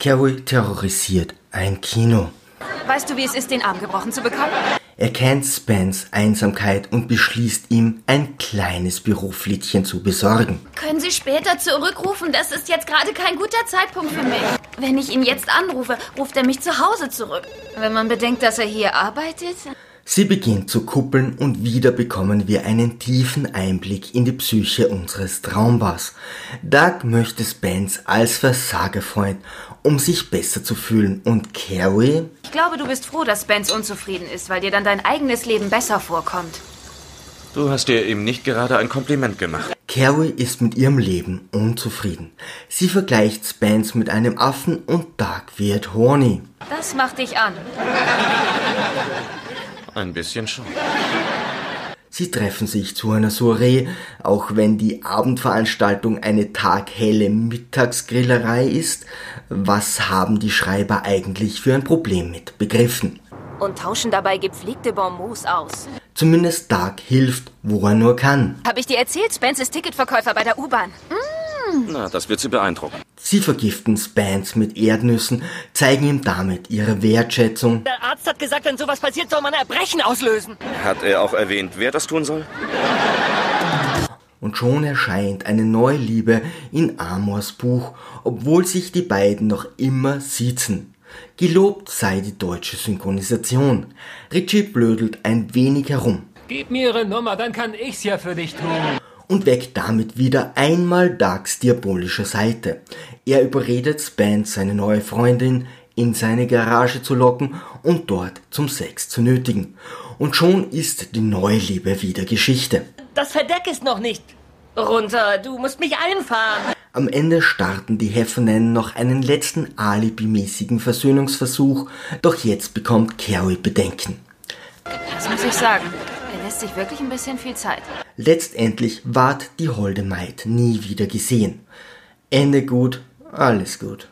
Carrie terrorisiert ein Kino. Weißt du, wie es ist, den Arm gebrochen zu bekommen? Er kennt Spans Einsamkeit und beschließt ihm, ein kleines Büroflittchen zu besorgen. Können Sie später zurückrufen? Das ist jetzt gerade kein guter Zeitpunkt für mich. Wenn ich ihn jetzt anrufe, ruft er mich zu Hause zurück. Wenn man bedenkt, dass er hier arbeitet. Sie beginnt zu kuppeln und wieder bekommen wir einen tiefen Einblick in die Psyche unseres Traumbars. Doug möchte Spence als Versagerfreund, um sich besser zu fühlen und Carrie Ich glaube, du bist froh, dass Spence unzufrieden ist, weil dir dann dein eigenes Leben besser vorkommt. Du hast dir eben nicht gerade ein Kompliment gemacht. Carrie ist mit ihrem Leben unzufrieden. Sie vergleicht Spence mit einem Affen und Doug wird horny. Das macht dich an. Ein bisschen schon. Sie treffen sich zu einer Soiree, auch wenn die Abendveranstaltung eine taghelle Mittagsgrillerei ist. Was haben die Schreiber eigentlich für ein Problem mit Begriffen? Und tauschen dabei gepflegte Bonbons aus. Zumindest Doug hilft, wo er nur kann. Habe ich dir erzählt, Spence ist Ticketverkäufer bei der U-Bahn. Na, das wird sie beeindrucken. Sie vergiften Spans mit Erdnüssen, zeigen ihm damit ihre Wertschätzung. Der Arzt hat gesagt, wenn sowas passiert, soll man Erbrechen auslösen. Hat er auch erwähnt, wer das tun soll? Und schon erscheint eine neue Liebe in Amors Buch, obwohl sich die beiden noch immer siezen. Gelobt sei die deutsche Synchronisation. Richie blödelt ein wenig herum Gib mir ihre Nummer, dann kann ich's ja für dich tun. und weckt damit wieder einmal Dougs diabolische Seite. Er überredet Spence, seine neue Freundin in seine Garage zu locken und dort zum Sex zu nötigen. Und schon ist die neue Liebe wieder Geschichte. Das Verdeck ist noch nicht runter. Du musst mich einfahren. Am Ende starten die Heffernan noch einen letzten alibimäßigen Versöhnungsversuch, doch jetzt bekommt Carrie Bedenken. Das muss ich sagen. Er lässt sich wirklich ein bisschen viel Zeit. Letztendlich ward die holde Maid nie wieder gesehen. Ende gut, alles gut.